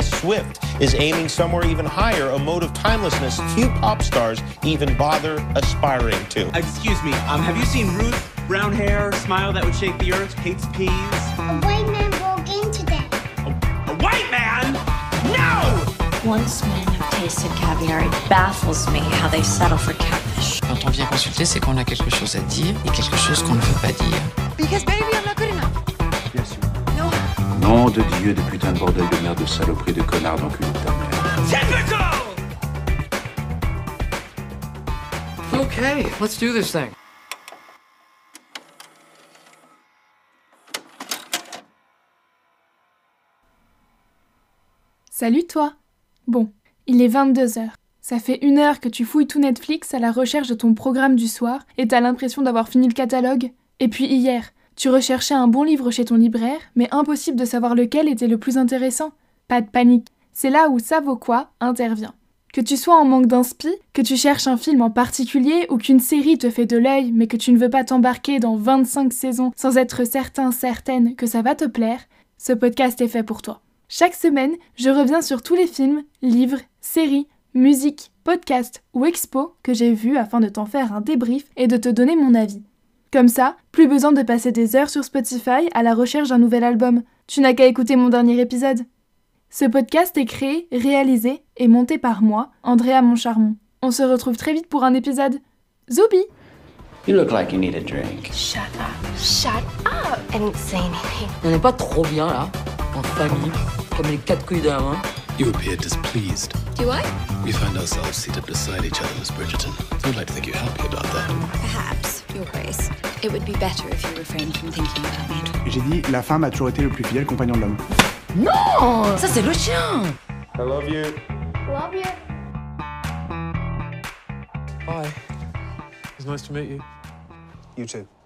Swift is aiming somewhere even higher, a mode of timelessness few pop stars even bother aspiring to. Excuse me, um, have you seen Ruth? Brown hair, smile that would shake the earth, hates peas. A white man broke in today. A, a white man? No! Once men have tasted caviar, it baffles me how they settle for catfish. Quand on vient consulter, c'est qu'on a quelque chose à dire et quelque chose qu'on ne veut pas dire. Because baby, I'm not good enough. Yes, you No. Nom de Dieu, de putain de bordel de merde, de saloperie, de connard, d'enculé de ta mère. Typical! Okay, let's do this thing. Salut toi Bon, il est 22h. Ça fait une heure que tu fouilles tout Netflix à la recherche de ton programme du soir et t'as l'impression d'avoir fini le catalogue. Et puis hier, tu recherchais un bon livre chez ton libraire, mais impossible de savoir lequel était le plus intéressant. Pas de panique, c'est là où ça vaut quoi intervient. Que tu sois en manque d'inspi, que tu cherches un film en particulier ou qu'une série te fait de l'œil mais que tu ne veux pas t'embarquer dans 25 saisons sans être certain, certaine que ça va te plaire, ce podcast est fait pour toi. Chaque semaine, je reviens sur tous les films, livres, séries, musiques, podcasts ou expos que j'ai vus afin de t'en faire un débrief et de te donner mon avis. Comme ça, plus besoin de passer des heures sur Spotify à la recherche d'un nouvel album. Tu n'as qu'à écouter mon dernier épisode. Ce podcast est créé, réalisé et monté par moi, Andrea Moncharmon. On se retrouve très vite pour un épisode. Zoubi You look like you need a drink. Shut up. Shut up. I didn't say anything. On n'est pas trop bien là, en famille, comme les quatre couilles d'un main. You appear displeased. Do I? We find ourselves seated beside each other, Miss Bridgerton. I'd like to think you're happy about that. Perhaps, Your Grace. It would be better if you refrained from thinking about me. J'ai dit, la femme a toujours été le plus fidèle compagnon de l'homme. Non Ça c'est le chien I love you. Love you. Hi. It's nice to meet you. You too.